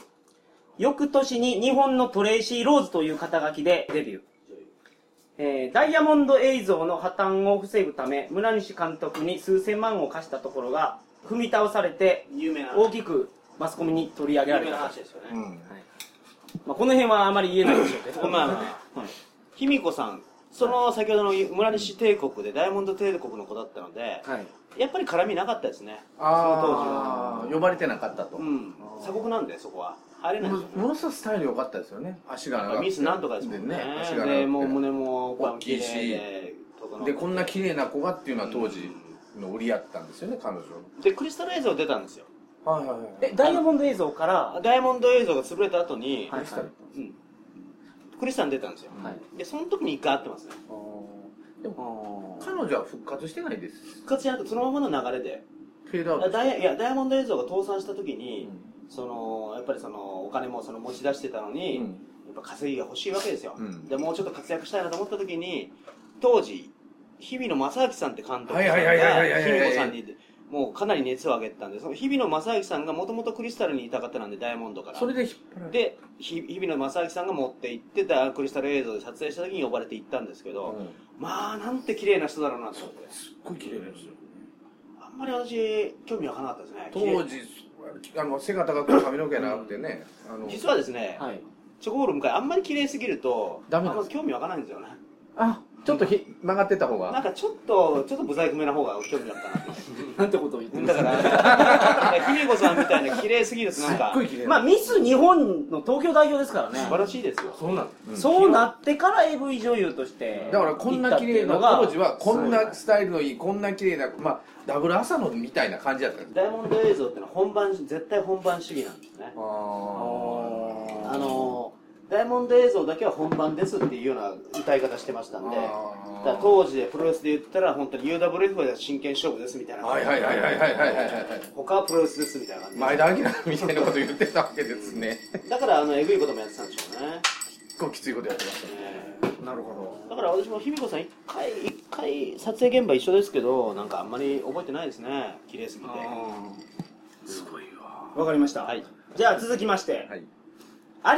Speaker 1: 翌年に日本のトレイシー・ローズという肩書きでデビュー、えーダイヤモンド映像の破綻を防ぐため村西監督に数千万を貸したところが踏み倒されて
Speaker 2: 有名な
Speaker 1: 大きくマスコミに取り上げら
Speaker 2: 有
Speaker 1: れ
Speaker 2: 名
Speaker 1: た
Speaker 2: な
Speaker 1: と、
Speaker 2: 話ですよね、
Speaker 3: ーうん
Speaker 1: まあ、この辺はあまり言えないでしょうけど
Speaker 2: まあまあ、
Speaker 1: はい
Speaker 2: 卑弥呼さん、その先ほどの村西帝国で、ダイヤモンド帝国の子だったので、
Speaker 1: はい
Speaker 2: やっぱり絡みなかったですね、その当時は。
Speaker 3: ああ呼ばれてなかったと、
Speaker 2: うん、鎖国なんで、そこは。入れないん
Speaker 3: も
Speaker 2: ですよ
Speaker 3: も
Speaker 2: ね。
Speaker 3: のすごくスタイル良かったですよね足が
Speaker 2: やっ
Speaker 3: 長
Speaker 2: ぱ
Speaker 3: くて
Speaker 2: ミスなんとかですもんね。
Speaker 3: で足が長くて
Speaker 2: で、もう胸も
Speaker 3: 大きいし
Speaker 2: 綺麗で整って
Speaker 3: でこんな綺麗な子がっていうのは当時の売りやったんですよね彼女
Speaker 2: で、クリスタル映像出たんですよ。
Speaker 3: はいはいはい
Speaker 1: [laughs] えダイヤモンド映像から
Speaker 2: ダイヤモンド映像が潰れた後に、
Speaker 1: はい
Speaker 2: うんクリスタル出たんですよ。
Speaker 1: はい
Speaker 2: で、その時に一回会ってますね。
Speaker 3: 彼女は復活してないです
Speaker 2: 復活じゃなくて、そのままの流れで。
Speaker 3: フェードアウト
Speaker 2: ダイヤいやダイヤモンド映像が倒産した時に、
Speaker 3: うん
Speaker 2: そのやっぱりそのお金もその持ち出してたのに、
Speaker 3: うん
Speaker 2: やっぱ稼ぎが欲しいわけですよ、
Speaker 3: うん
Speaker 2: でもうちょっと活躍したいなと思った時に当時日比野正明さんって監督さんが
Speaker 3: はいはいはいはいはいはい
Speaker 2: 卑弥呼さんにもうかなり熱を上げてたんでその日比野正明さんがもともとクリスタルにいた方なんでダイヤモンドから
Speaker 3: それで引っ張られて
Speaker 2: でひ日比野正明さんが持って行ってたクリスタル映像で撮影した時に呼ばれて行ったんですけど、まあなんて綺麗な人だろうなと思って
Speaker 3: すっごい綺麗なんですよ
Speaker 2: あんまり私興味わからなかったですね
Speaker 3: 当
Speaker 2: 綺麗
Speaker 3: 時あの背が高く髪の毛長くてねあの
Speaker 2: 実はですね、
Speaker 1: はい
Speaker 2: チョコボール向かいあんまり綺麗すぎると
Speaker 3: ダ
Speaker 2: あ
Speaker 3: メなんん
Speaker 2: ま
Speaker 3: で
Speaker 2: 興味わかないんですよね
Speaker 3: あちょっとひ曲がってた方
Speaker 2: なん
Speaker 3: が
Speaker 2: かちょっとちょっとブサイクめな方が興味あったな
Speaker 1: なんてことを言 [laughs] って
Speaker 2: だ
Speaker 1: ます
Speaker 2: から卑弥呼さんみたいな綺麗すぎるとなん
Speaker 3: すっ
Speaker 2: か
Speaker 3: ごい綺麗
Speaker 1: まあミス日本の東京代表ですからね
Speaker 2: 素晴らしいですよ
Speaker 4: そうなんです。
Speaker 3: うん
Speaker 1: そうなってから AV 女優として
Speaker 3: だからこんな綺麗な
Speaker 1: 行ったっ
Speaker 3: 当
Speaker 1: ていう
Speaker 3: 時
Speaker 1: のが
Speaker 3: はこんなスタイルのいいこんな綺麗なまあダブル朝のみたいな感じだったんです
Speaker 2: ダイヤモンド映像ってのは本番絶対本番主義なんですね
Speaker 3: あ
Speaker 2: あのダイヤモンド映像だけは本番ですっていうような歌い方してましたんでだから当時でプロレスで言ったら本当に UWF では真剣勝負ですみたいな
Speaker 3: はいはいはいはいはいはいはいはい
Speaker 2: 他はプロレスですみたいな感じで
Speaker 3: 前田明みたいなこと言ってたわけですね
Speaker 2: だからあのえぐいこともやってたんでしょうね
Speaker 3: 結構きついことやってましたね
Speaker 2: えー
Speaker 3: なるほ
Speaker 2: だから私も卑弥呼さん一回一回撮影現場一緒ですけどなんかあんまり覚えてないですね綺麗すぎて
Speaker 3: どすごいわ
Speaker 1: わかりました、
Speaker 2: はい
Speaker 1: じゃあ続きまして、
Speaker 3: はい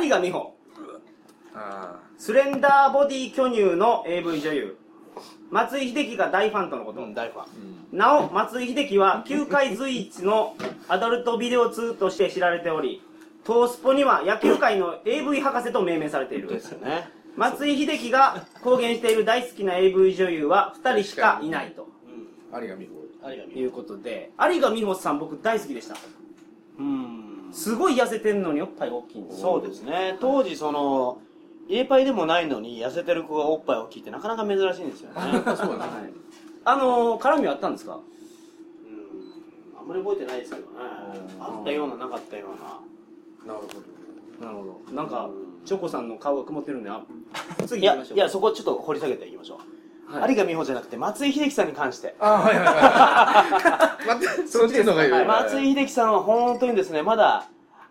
Speaker 1: 有賀美穂
Speaker 3: あ
Speaker 1: スレンダーボディ巨乳の AV 女優松井秀喜が大ファンとのこと、
Speaker 2: うん大ファン
Speaker 1: なお松井秀喜は球界随一のアダルトビデオ通として知られておりトースポには野球界の AV 博士と命名されている
Speaker 2: ですよね
Speaker 1: 松井秀喜が公言している大好きな AV 女優は2人しかいないと
Speaker 3: 有賀美穂
Speaker 2: ありがと
Speaker 1: いうことで有賀美穂さん僕大好きでした
Speaker 2: うん
Speaker 1: すごい痩せてんのにおっぱい大きいんですよ
Speaker 2: そうですね当時その入れパイでもないのに痩せてる子がおっぱいを聞いてなかなか珍しいんです
Speaker 1: [laughs]
Speaker 2: よねうん
Speaker 3: あそうなん
Speaker 1: はいあのー絡みはあったんですか
Speaker 2: あんまり覚えてないですけどねあったようななかったような
Speaker 3: なるほど
Speaker 1: なるほどなんかチョコさんの顔が曇ってるん
Speaker 2: [laughs]
Speaker 1: であ次
Speaker 2: い
Speaker 1: 行き
Speaker 2: や
Speaker 1: ましょう
Speaker 2: いやそこちょっと掘り下げていきましょう、
Speaker 1: はい
Speaker 2: 有賀美穂じゃなくて松井秀喜さんに関して
Speaker 3: [laughs] あはいはいはい待ってそっちの方がいいよ
Speaker 2: 松井秀喜さんは本当にですねまだ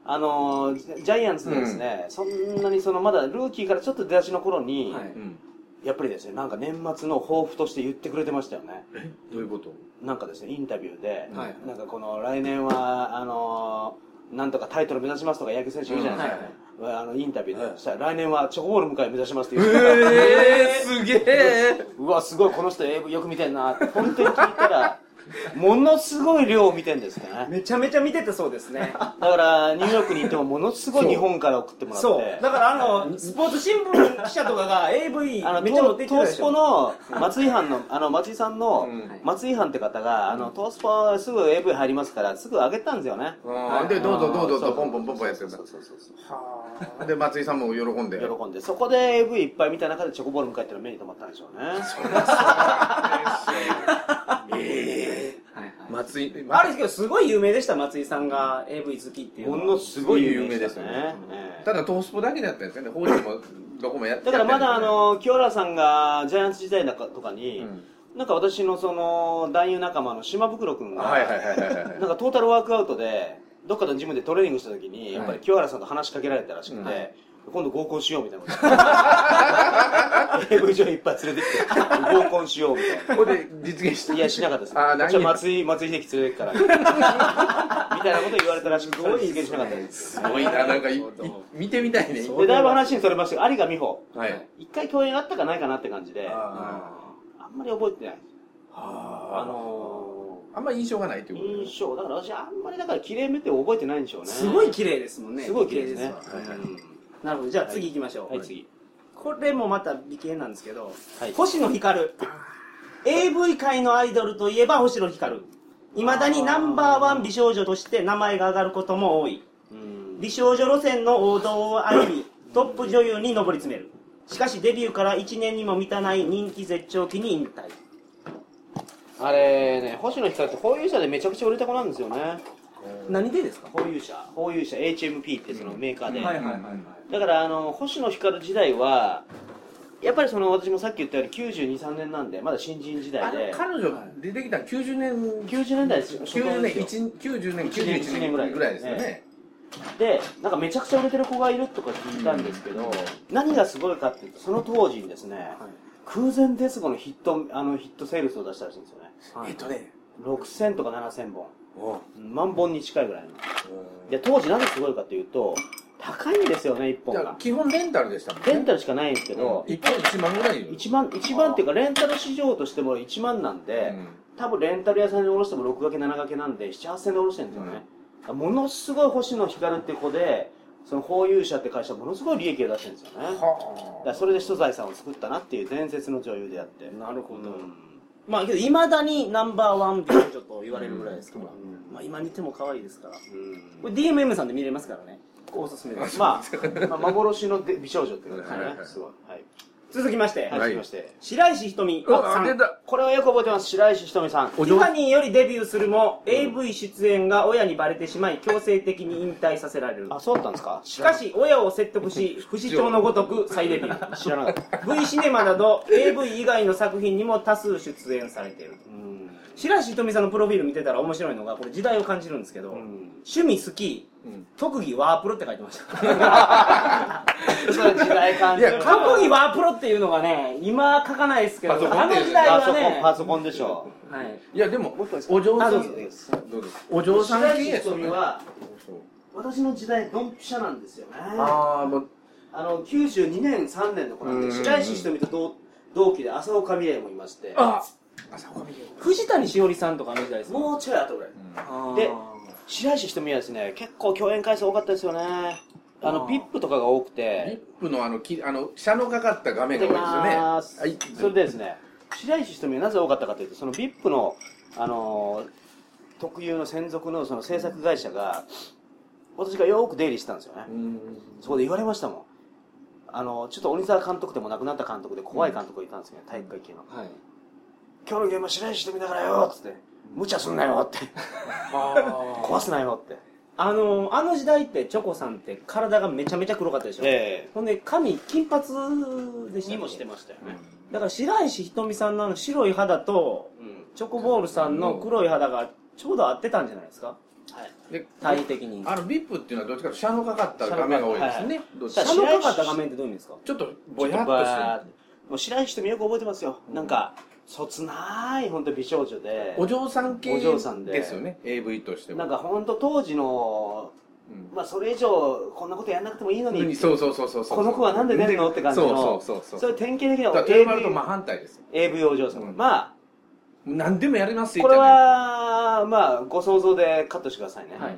Speaker 2: あのージャジャイアンツのですね、そんなにそのまだルーキーからちょっと出だしの頃に、
Speaker 1: はい
Speaker 3: うん
Speaker 2: やっぱりですねなんか年末の抱負として言ってくれてましたよね
Speaker 3: どういうこと
Speaker 2: なんかですねインタビューで、
Speaker 1: はい
Speaker 2: なんかこの来年はあのーなんとかタイトル目指しますとか野球選手言うじゃないですか、あのインタビューで、そしたら来年はチョコボール向かい目指しますって言う、
Speaker 3: えー、すげえ
Speaker 2: うわすごいこの人 AV よく見てんなって本当に聞いたらものすごい量を見てんですね
Speaker 1: めちゃめちゃ見ててそうですね
Speaker 2: だからニューヨークに行ってもものすごい日本から送ってもらって
Speaker 1: [laughs] そうだからあのスポーツ新聞の記者とかが AV
Speaker 2: あの
Speaker 1: めっちゃ持
Speaker 2: ト
Speaker 1: っ
Speaker 2: ー
Speaker 1: てき
Speaker 2: ト
Speaker 1: てた
Speaker 2: ー
Speaker 1: で
Speaker 2: ス
Speaker 1: し
Speaker 2: ポ
Speaker 1: ょ
Speaker 2: の松井藩のあの松井さんの
Speaker 3: うん
Speaker 2: 松井藩って方が、あのトースポすぐ AV 入りますからすぐ上げたんですよね
Speaker 3: うんでどうぞどうぞとポンポンポンポンやってるんだ
Speaker 2: そうそうそうそう
Speaker 3: で松井さんも喜んで
Speaker 2: 喜んでそこで AV いっぱい見た中でチョコボール向かいってのは目に留まったんでしょうね [laughs]
Speaker 3: えー、松井
Speaker 1: あれですけどすごい有名でした松井さんが AV 好きっていう
Speaker 2: ほ
Speaker 1: の
Speaker 2: ん
Speaker 1: は
Speaker 2: のすごい有名で
Speaker 3: ですす
Speaker 2: ね
Speaker 3: ね
Speaker 2: ええ
Speaker 3: ただトースポだけだったんですよね法律もどこもやって
Speaker 2: だからまだあ
Speaker 3: やって
Speaker 2: の清原さんがジャイアンツ時代なんかとかに、
Speaker 3: ん
Speaker 2: なんか私のその男優仲間の島袋君が、
Speaker 3: ないはいはいはいはい
Speaker 2: なんかトータルワークアウトでどっかのジムでトレーニングした時にやっぱり清原さんと話しかけられたらしくて、
Speaker 3: は
Speaker 2: 今度合コンしようみたいなこと AV 上いっぱい連れてきて合コンしようみたいな
Speaker 3: これで実現した
Speaker 2: いやしなかったです
Speaker 3: あーないんや
Speaker 2: 私は松井松井秀喜連れてくからみたいなこと言われたらしくてそれ実現しなかったです
Speaker 3: すごいななんかいい見てみたいね
Speaker 2: でだいぶ話にそれましたが有賀美穂
Speaker 3: はい
Speaker 2: 一回共演あったかないかなって感じで
Speaker 3: あ
Speaker 2: あんまり覚えてない
Speaker 3: ーあ
Speaker 2: あの
Speaker 3: あんまり印象がないって
Speaker 2: ー
Speaker 3: ことね
Speaker 2: 印象だから私あんまりだから綺麗めって覚えてないんでしょうね
Speaker 1: すごい綺麗ですもんね
Speaker 2: すごい綺麗ですね
Speaker 1: 綺麗わなるほどじゃあ次行きましょう、
Speaker 2: はい次
Speaker 1: これもまた美形なんですけど、
Speaker 2: はい
Speaker 1: 星野ひかる AV 界のアイドルといえば星野ひかるいまだにナンバーワン美少女として名前が上がることも多い
Speaker 2: うん
Speaker 1: 美少女路線の王道を歩みトップ女優に上り詰めるしかしデビューから1年にも満たない人気絶頂期に引退
Speaker 2: あれね星野ひかるって保有者でめちゃくちゃ売れた子なんですよね
Speaker 1: 何でですか
Speaker 2: 保有者保有者 HMP ってそのメーカーで、
Speaker 3: はいはい
Speaker 2: だからあの星野ひかる時代はやっぱりその私もさっき言ったように923年なんでまだ新人時
Speaker 3: あ
Speaker 2: 代
Speaker 3: の
Speaker 2: で
Speaker 3: 彼女出てきたの90年
Speaker 2: 90年代ですよ
Speaker 3: 90年1 90年91年ぐらいですよね
Speaker 2: でなんかめちゃくちゃ売れてる子がいるとか聞いたんですけど、何がすごいかっていうとその当時にですね、空前絶後のヒットあのヒットセールスを出したらしいんですよね
Speaker 1: はい
Speaker 3: えっとね
Speaker 2: 6000とか7000本
Speaker 3: お
Speaker 2: うん万本に近いぐらいので当時なんですごいかっていうと高いんですよね1本
Speaker 3: じゃあ
Speaker 2: が
Speaker 3: 基本レンタルでしたもんね
Speaker 2: レンタルしかないんですけど、
Speaker 3: 一本1万ぐらいよ
Speaker 2: 1万1万っていうかレンタル市場としても1万なんで、多分レンタル屋さんに卸しても6掛け7掛けなんで78000で卸してるんですよね、ものすごい星野光って子でその保有者って会社はものすごい利益を出してるんですよねだか
Speaker 3: はあ
Speaker 2: らそれで一財産を作ったなっていう伝説の女優であって
Speaker 1: なるほど
Speaker 2: うん
Speaker 1: まあけどいまだにナンバーワン美少女と言われるぐらいですから、
Speaker 2: ん
Speaker 1: まあ今見ても可愛いですから
Speaker 2: うん
Speaker 1: これ DMM さんで見れますからねおすすめです
Speaker 2: まあ、まあ、幻ので美少女ってことですよ
Speaker 3: は
Speaker 2: ね
Speaker 3: いはい
Speaker 2: すごいはい
Speaker 1: 続きまし
Speaker 2: は
Speaker 1: て、
Speaker 2: い、
Speaker 3: はい
Speaker 2: 続きまして
Speaker 1: 白石ひとみ
Speaker 3: う
Speaker 1: さ
Speaker 3: わ
Speaker 1: ん
Speaker 3: 出た
Speaker 2: これはよく覚えてます白石ひとみさん
Speaker 1: ティファニーよりデビューするも、AV 出演が親にバレてしまい強制的に引退させられる
Speaker 2: あそうだったんですか
Speaker 1: しかし親を説得し不死鳥のごとく再デビュー
Speaker 2: 知らなかった
Speaker 1: V シネマなど AV 以外の作品にも多数出演されている
Speaker 2: うん
Speaker 1: 白石ひとみさんのプロフィール見てたら面白いのがこれ時代を感じるんですけど、
Speaker 2: うん
Speaker 1: 趣味好き
Speaker 3: うん
Speaker 1: 特技ワープロって書いてました
Speaker 2: それ時代感じる
Speaker 3: いや
Speaker 1: 特技ワープロっていうのがね今書かないですけど
Speaker 3: パソコン
Speaker 1: あの時代
Speaker 2: パ
Speaker 1: は
Speaker 2: ソコ
Speaker 1: ね
Speaker 2: ンパソコンでしょ
Speaker 1: はい
Speaker 3: いやでもお嬢さ
Speaker 1: あど
Speaker 3: ん
Speaker 1: うぞ
Speaker 3: どうぞお嬢さん系や
Speaker 2: 白石ひとみは私の時代ドンピシャなんですよねあ
Speaker 3: ああもう
Speaker 2: の92年3年の子なん
Speaker 3: う
Speaker 2: で
Speaker 3: ん
Speaker 2: 白石ひとみと同同期で浅岡美玲もいまして
Speaker 3: あ朝ごみ
Speaker 1: 藤谷しおりさんとかあの時代ですね
Speaker 2: もうちょい後ぐらい
Speaker 1: あー
Speaker 2: で白石ひとみはですね結構共演回数多かったですよねあの、ピップとかが多く
Speaker 3: リッ
Speaker 2: て、
Speaker 3: プのあのきあの車のかかった画面が多いですよね。はい。
Speaker 2: それでですね、白石瞳がなぜ多かったかというと、その VIP の、あのー特有の専属のその制作会社が、私がよく出入りしてたんですよね。そこで言われましたもん。あの、ちょっと鬼沢監督でも亡くなった監督で怖い監督がいたんですけど、体育会系の。
Speaker 4: はい。
Speaker 2: 今日の現場白石瞳だからよっつって、無茶すんなよって、 [laughs] 壊すなよって。
Speaker 1: あのあの時代ってチョコさんって体がめちゃめちゃ黒かったでしょ、
Speaker 2: え
Speaker 1: ほんで髪金髪でしたっけ
Speaker 2: にもしてましたよね。
Speaker 1: だから白石ひとみさんのあの白い肌と
Speaker 2: うん。
Speaker 1: チョコボールさんの黒い肌がちょうど合ってたんじゃないですか
Speaker 2: はい。
Speaker 3: で
Speaker 1: 体位的に
Speaker 3: あのリップっていうのはどっちかというと車のかかった画面が多いですね。どっちか
Speaker 2: 車
Speaker 1: あ
Speaker 2: の
Speaker 1: の
Speaker 2: か
Speaker 1: かかった画面ってどういう意味ですか
Speaker 3: ちょっとぼやっと
Speaker 2: ば
Speaker 3: してる。
Speaker 2: もう白石瞳よく覚えてますよ。なんか、そつない、本当美少女で。
Speaker 3: お嬢さん系
Speaker 2: お嬢さんで
Speaker 3: ですよね。AV として
Speaker 2: な
Speaker 3: も
Speaker 2: ん。か本当当時の、
Speaker 3: うん
Speaker 2: まあそれ以上こんなことやんなくてもいいのに、
Speaker 3: そうそうそうそうそう。
Speaker 2: この子はなんで出るのって感じの。
Speaker 3: そうそうそ
Speaker 2: そ
Speaker 3: うそう。
Speaker 2: れ典型的
Speaker 3: だか
Speaker 2: な
Speaker 3: らテーマルと
Speaker 2: AV,
Speaker 3: 真反対ですよ。
Speaker 2: AV お嬢様。
Speaker 3: うん
Speaker 2: ま
Speaker 3: 何でもやります
Speaker 2: あ、
Speaker 3: よ。
Speaker 2: これは、まあご想像でカットしてくださいね。
Speaker 1: はい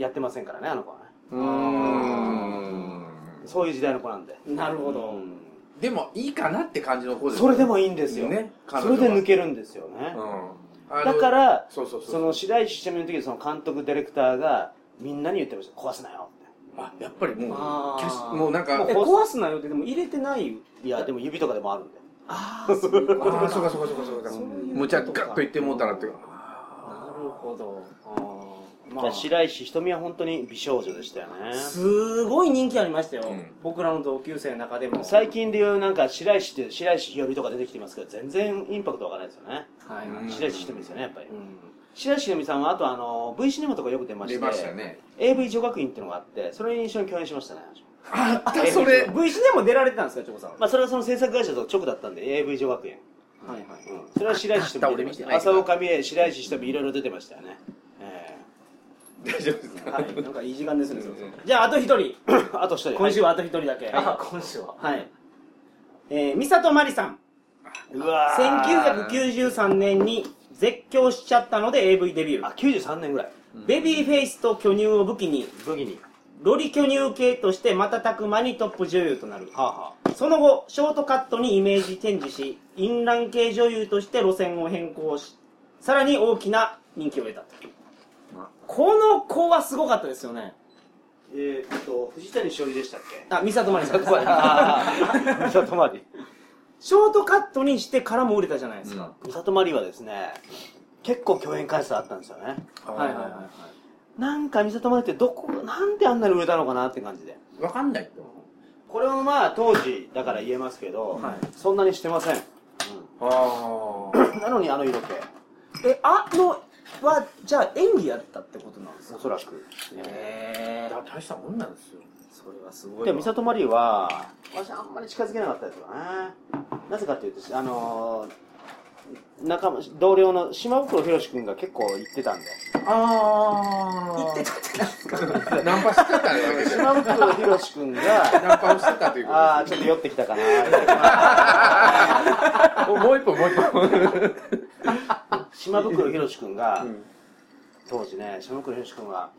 Speaker 2: やってませんからね、あの子はね。
Speaker 3: うーん
Speaker 2: そういう時代の子なんで。
Speaker 1: なるほど、
Speaker 2: うん
Speaker 3: でもいいかなって感じの方です
Speaker 2: それでもいいんですよ。
Speaker 3: ね彼
Speaker 2: そ
Speaker 3: 女は
Speaker 2: れで抜けるんですよね。
Speaker 3: うん
Speaker 2: だから、
Speaker 3: そうそうそう
Speaker 2: その白石ちなみの時にその監督、ディレクターがみんなに言ってました。壊すなよっ
Speaker 3: あやっぱりもう
Speaker 1: あー
Speaker 3: 消しもうなんか
Speaker 1: え壊すなよってでも入れてない
Speaker 2: て。いや、でも指とかでもあるんで。
Speaker 1: ああそういうこと
Speaker 3: あ
Speaker 1: か
Speaker 3: あそうかそうかそうかそうか
Speaker 1: そういうことか
Speaker 3: むちゃガッと言ってもうたなって
Speaker 1: なるほど
Speaker 2: まあ、白石瞳は本当に美少女でしたよね。
Speaker 1: すごい人気ありましたよ、
Speaker 3: うん
Speaker 1: 僕らの同級生の中でも
Speaker 2: 最近でいうなんか白石って白石ひよりとか出てきてますけど全然インパクトわからないですよね。
Speaker 1: はい、
Speaker 3: うん
Speaker 2: 白石ひとみですよねやっぱり。
Speaker 1: うん
Speaker 2: 白石ひとみさんはあとあの V シネマとかよく出まして
Speaker 3: 出ましたね
Speaker 2: AV 女学院っていうのがあってそれに一緒に共演しましたね。
Speaker 3: あったそれ
Speaker 1: V シでも出られてたんですかチョコさんは
Speaker 2: まあそれはその制作会社と直だったんで AV 女学院。
Speaker 1: はいはい
Speaker 2: うんそれは白石ひとみ出てました
Speaker 3: あった俺見てないけ
Speaker 2: 浅
Speaker 3: ど
Speaker 2: 岡美恵白石ひとみいろいろ出てましたよね。え
Speaker 3: 大丈夫ですか
Speaker 1: はい、なんかいい時間ですね。そろそろじゃあ、あと一人。
Speaker 2: えあと一人。
Speaker 1: 今週はあと一人だけ。
Speaker 4: あ
Speaker 1: は。
Speaker 4: 今週はい
Speaker 1: えー、美里まりさん。
Speaker 2: うわー
Speaker 1: 1993年に絶叫しちゃったので AV デビュー
Speaker 2: あ。93年ぐらい。
Speaker 1: ベビーフェイスと巨乳を武器に、
Speaker 2: ブギに。
Speaker 1: ロリ巨乳系として瞬く間にトップ女優となる。
Speaker 2: はあ、はあ。
Speaker 1: その後、ショートカットにイメージ展示し、淫乱系女優として路線を変更し、さらに大きな人気を得たと。この子はすごかったですよね。
Speaker 2: えーっと、藤谷しおりでしたっけ
Speaker 1: あ、美里まりさんです。
Speaker 2: 三里まり。
Speaker 1: ショートカットにしてからも売れたじゃないですか。
Speaker 2: 三里まりはですね、結構共演回数あったんですよね。
Speaker 1: はいはいはいは
Speaker 2: なんか三里まりってどこ、なんであんなに売れたのかなって感じで。
Speaker 3: いわかんない
Speaker 2: これもまあ当時だから言えますけど、
Speaker 1: はい
Speaker 2: そんなにしてません。
Speaker 3: ああ
Speaker 2: なのにあの色気、
Speaker 1: い。え、あのは、じゃあ演技やったってことなんですか
Speaker 2: おそらく。
Speaker 1: へー
Speaker 3: 大したもんなんですよ
Speaker 1: それはすごいわ。
Speaker 2: でも三里まりは、私あんまり近づけなかったですよね。なぜかっていうと、あのー、仲間、同僚の島袋宏君が結構行ってたんで。
Speaker 3: あ
Speaker 1: 言ってたってな
Speaker 3: たナンパしてただけで
Speaker 2: 島袋宏君が、
Speaker 3: ナンパをしてたということ
Speaker 2: ああ、ちょっと酔ってきたかな。
Speaker 3: おもう一本もう一本
Speaker 2: 島袋宏く君が、
Speaker 3: ん
Speaker 2: 当時ね、島袋宏く君は、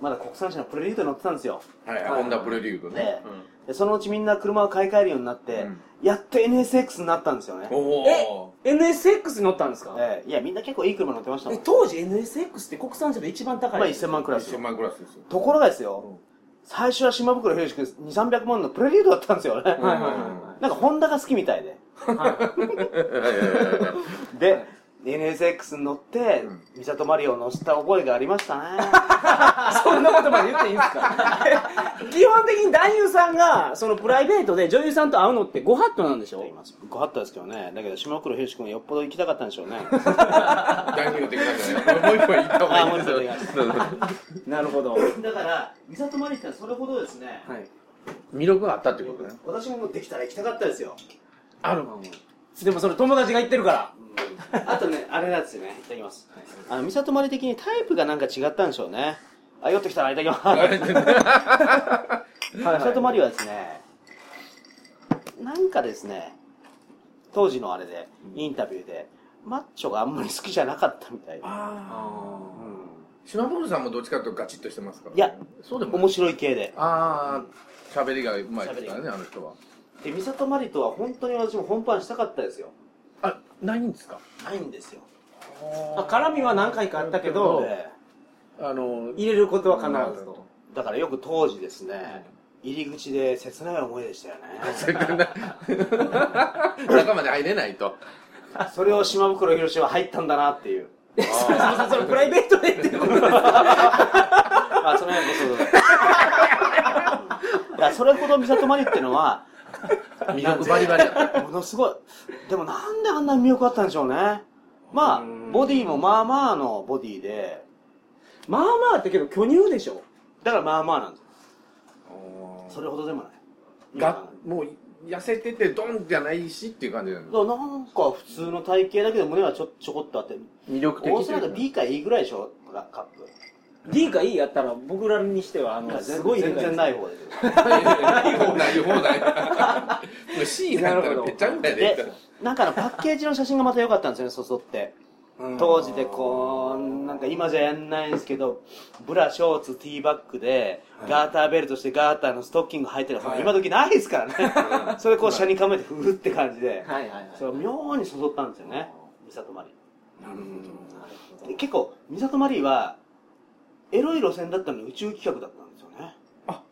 Speaker 2: まだ国産車のプレリュードに乗ってたんですよ。
Speaker 3: はいホンダプレリュードね
Speaker 2: ねでそのうちみんな車を買い替えるようになって、
Speaker 3: うん
Speaker 2: やっと NSX になったんですよね
Speaker 3: うん。おお
Speaker 1: NSX に乗ったんですか
Speaker 2: ええいや、みんな結構いい車乗ってましたも
Speaker 1: え
Speaker 2: ん。
Speaker 1: 当時 NSX って国産車で一番高い。
Speaker 2: まあ1000万クラス。
Speaker 3: 1000万クラスですよ
Speaker 2: ところがですよ、最初は島袋宏く君2、300万のプレリュードだったんですよね。
Speaker 1: はいはいはいはい。
Speaker 2: なんかホンダが好きみたいで。で、NSX に乗って、ミサトマリオを乗せた覚えがありましたね。
Speaker 1: そんなことまで言っていいんですか [laughs] 基本的に男優さんが、そのプライベートで女優さんと会うのってご法度なんでしょ
Speaker 2: ごはったですけどね。だけど、島黒宏君よっぽど行きたかったんでしょうね。
Speaker 3: 代表的なんじゃないもう一本行った方がいいですよ
Speaker 2: あもう一
Speaker 3: そうそうそう
Speaker 1: なるほど。
Speaker 2: [laughs] だから、三里マリってそれほどですね、
Speaker 1: はい。
Speaker 3: 魅力があったってことね
Speaker 2: 私ももうできたら行きたかったですよ。 [laughs]
Speaker 3: ある
Speaker 1: でもそれ友達が言ってるから。
Speaker 2: あとね、あれなんですよね。いただきます。あの、三里マリ的にタイプがなんか違ったんでしょうね。あ、寄ってきたらいただ [laughs] きます。
Speaker 1: はい
Speaker 2: 三里マリはですね、なんかですね、当時のあれで、インタビューで、マッチョがあんまり好きじゃなかったみたいで。
Speaker 3: あ
Speaker 2: うん
Speaker 3: シュナボールさんもどっちかというとガチッとしてますから、
Speaker 2: いや
Speaker 3: そうでも
Speaker 2: 面白い系で
Speaker 3: ああ喋りがうまいですからねあの人は
Speaker 2: で美里マリとは本当に私も本番したかったですよ
Speaker 3: あないんですか
Speaker 2: ないんですよ
Speaker 1: まあ絡みは何回かあったけど
Speaker 3: なる
Speaker 2: で
Speaker 3: ほどあの
Speaker 1: 入れることは叶わずと
Speaker 2: だからよく当時ですね入り口で切ない思いでしたよね
Speaker 3: せっ
Speaker 1: [laughs]
Speaker 3: かくな中まで入れないと
Speaker 2: それを島袋宏は入ったんだなっていう
Speaker 1: そう [laughs] そうそれプライベートでっていうこと
Speaker 2: あその辺こ
Speaker 1: [laughs]
Speaker 2: そうんいやそれほど美里マリってのは
Speaker 3: 魅力バリバリだった
Speaker 2: ものすごいでもなんであんなに魅力あったんでしょうねまあ
Speaker 1: うん
Speaker 2: ボディもまあまあのボディで
Speaker 1: まあまあってけど巨乳でしょ
Speaker 2: だからまあまあなんですそれほどでもない
Speaker 3: がもう痩せててドンじゃないしっていう感じな
Speaker 2: だ
Speaker 3: の
Speaker 2: からなんか普通の体型だけど胸はちょちょこっとあって
Speaker 3: 魅力的
Speaker 2: 大
Speaker 3: とい
Speaker 2: 阪が
Speaker 3: うか
Speaker 2: B か E ぐらいでしょカップ
Speaker 1: D か E やったら僕らにしてはあ
Speaker 2: いや
Speaker 1: の
Speaker 2: 全
Speaker 1: すごい
Speaker 2: 全然ないい方ですよ
Speaker 3: ない方ない方ないもう C だったらぺちゃんこやで
Speaker 2: でなんかのパッケージの写真がまた良かったんですよねそそって当時でこうなんか今じゃやんないんですけどブラショーツティーバッグでガーターベルトしてガーターのストッキング履いてる、
Speaker 3: はい
Speaker 2: 今時ないですからね [laughs] それこう車に構えてふーって感じで、
Speaker 1: はいはいはい
Speaker 2: それを妙にそそったんですよね美里マリ
Speaker 3: なる
Speaker 2: ーで結構美里マリーはエロい路線だったのに宇宙企画だったんですよね
Speaker 3: あ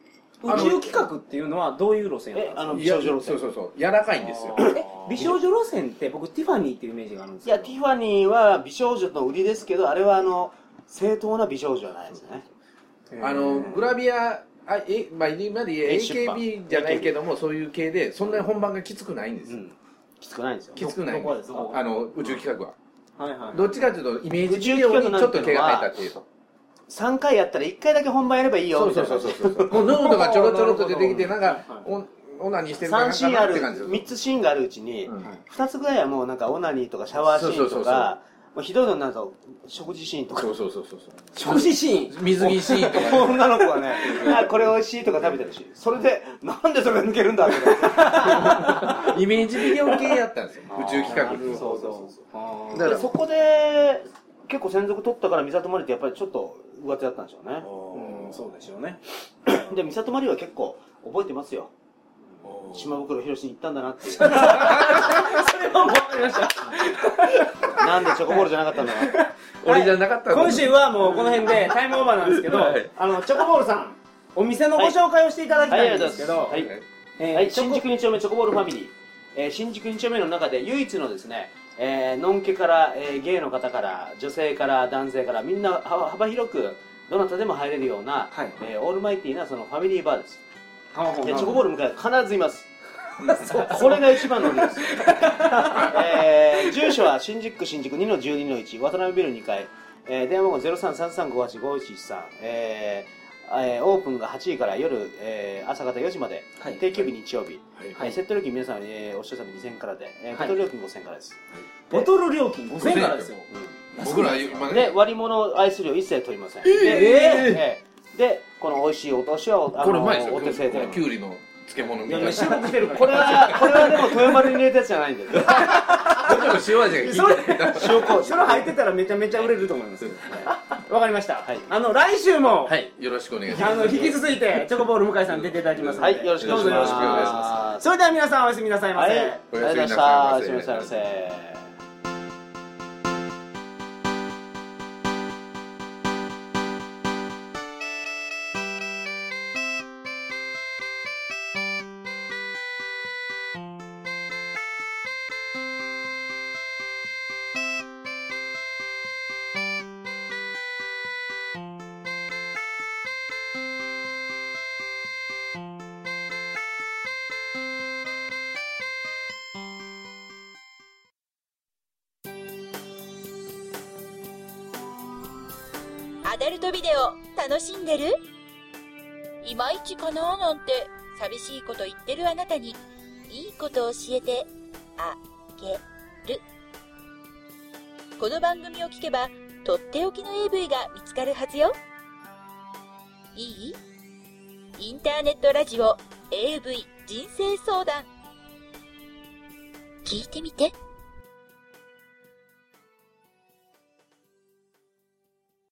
Speaker 3: の
Speaker 1: 宇宙企画っていうのはどういう路線や
Speaker 2: え
Speaker 1: った
Speaker 2: あ
Speaker 1: ん
Speaker 2: の
Speaker 3: ほど
Speaker 2: 美
Speaker 3: いや
Speaker 2: 少女路線
Speaker 3: そうそうそう柔らかいんですよ
Speaker 1: ですかえ美少女路線って僕ティファニーっていうイメージがあるんです
Speaker 2: い
Speaker 1: けど
Speaker 2: やティファニーは美少女の売りですけどあれはあの正当な美少女じゃないですね
Speaker 3: あのグラビアあえまあ今で言え
Speaker 2: 編集版
Speaker 3: AKB じゃないけどもそういう系でそんなに本番がきつくないんです
Speaker 2: う
Speaker 3: よ、
Speaker 2: んきつくないんですよ
Speaker 3: きつくないん
Speaker 1: どこで
Speaker 3: ですす
Speaker 1: か
Speaker 3: あの宇宙企画は
Speaker 1: はいはい
Speaker 3: どっちかというとイメージビデオにちょっと毛が生えたっていうと
Speaker 2: 3回やったら1回だけ本番やればいいよ
Speaker 3: そう
Speaker 2: み
Speaker 3: そ
Speaker 2: たいうな
Speaker 3: そうそうそうもうノートがちょろちょろっと出てきて
Speaker 1: な
Speaker 3: なん
Speaker 1: る
Speaker 3: か
Speaker 1: ほど
Speaker 3: おオナニーしてるかな
Speaker 2: 3
Speaker 3: ん
Speaker 2: シ
Speaker 3: か
Speaker 2: ーンあ
Speaker 3: なっ
Speaker 2: る
Speaker 3: て感じです
Speaker 2: 3つシーンがあるうちに
Speaker 3: うん
Speaker 2: 2つぐらいはもうなんかオナニーとかシャワーシーン
Speaker 3: そ
Speaker 2: と
Speaker 3: うそうそうそう
Speaker 2: かまあひどいのになると食事シーンとか
Speaker 3: そうそうそうそうそう
Speaker 1: 食事シーン
Speaker 3: 水着シーンとかね
Speaker 2: 女の子はね [laughs] あこれ美味しいとか食べてるしそれでなんでそれが抜けるんだって
Speaker 3: イメージビデオ系やったんですよ宇宙企画
Speaker 2: なるほどそうそうそう
Speaker 1: あー
Speaker 3: だから
Speaker 2: でそこで結構専属取ったから美里マリってやっぱりちょっと上手だったんでしょうね
Speaker 1: うんそうでしょうね
Speaker 2: で美里マリは結構覚えてますよ島袋宏に行ったんだなっていうなんでチョコボールじゃなかったんだな
Speaker 3: 俺じゃなかった
Speaker 1: [laughs]
Speaker 3: の
Speaker 1: 今週はもうこの辺でタイムオーバーなんですけど、
Speaker 3: はい
Speaker 1: あのチョコボールさんお店のご紹介をしていただきたいんですけど、
Speaker 2: はい
Speaker 1: えー
Speaker 2: はい、
Speaker 1: チョコ
Speaker 2: 新宿2丁目チョコボールファミリー、えー新宿2丁目の中で唯一のですね、えーのんけから、えーゲイの方から女性から男性からみんなは幅広くどなたでも入れるような、
Speaker 1: はい
Speaker 2: えーオールマイティーなそのファミリーバーです
Speaker 1: はは
Speaker 2: でチョコボール向かい必ずい
Speaker 3: [laughs]
Speaker 2: ますこれが一番の理由です、 [laughs] えー住所は新宿区新宿2の12の1渡辺ビル2階、えー電話番号0333585113、えーえーオープンが8時から夜、えー朝方4時まで、
Speaker 1: はい
Speaker 2: 定休日日曜日、
Speaker 3: はい
Speaker 2: はい、セット料金皆さん、えー、お師匠様2000円からで、えー、
Speaker 1: はい
Speaker 2: ボトル料金5000円からです、
Speaker 1: ボトル料金5000円からですよ
Speaker 3: 僕ら今
Speaker 2: で
Speaker 3: ね
Speaker 2: 割り物を愛するよ一切取りません、
Speaker 1: え
Speaker 2: でえーでこの美味しいお年はおあ
Speaker 3: これう
Speaker 2: の
Speaker 3: まいですよ
Speaker 2: お手製で
Speaker 3: きゅうりの漬物
Speaker 1: い
Speaker 3: み
Speaker 1: や
Speaker 3: たい
Speaker 1: 今収
Speaker 3: な
Speaker 1: 録してるから
Speaker 2: これはこれはでも豊丸に入れたやつじゃないんだよ
Speaker 3: 塩味が
Speaker 1: それ塩麹それ入ってたらめちゃめちゃ売れると思いますよわかりました、
Speaker 2: はい
Speaker 1: あの来週も、
Speaker 3: はいよろしくお願いします
Speaker 1: あの引き続いてチョコボール向井さん出ていただきますの
Speaker 2: は
Speaker 1: で、
Speaker 2: いよろしくお願いします
Speaker 1: どうぞよろしくお願いしま
Speaker 2: ます
Speaker 1: それでは皆さんおやすみなさいま
Speaker 2: は
Speaker 1: せ、
Speaker 2: い、ありがとうございました。おやすみなさいませ。
Speaker 5: アダルトビデオ楽しんでるいまいちかなーなんて寂しいこと言ってるあなたにいいこと教えてあげるこの番組を聞けばとっておきの AV が見つかるはずよいいインターネットラジオ AV 人生相談聞いてみて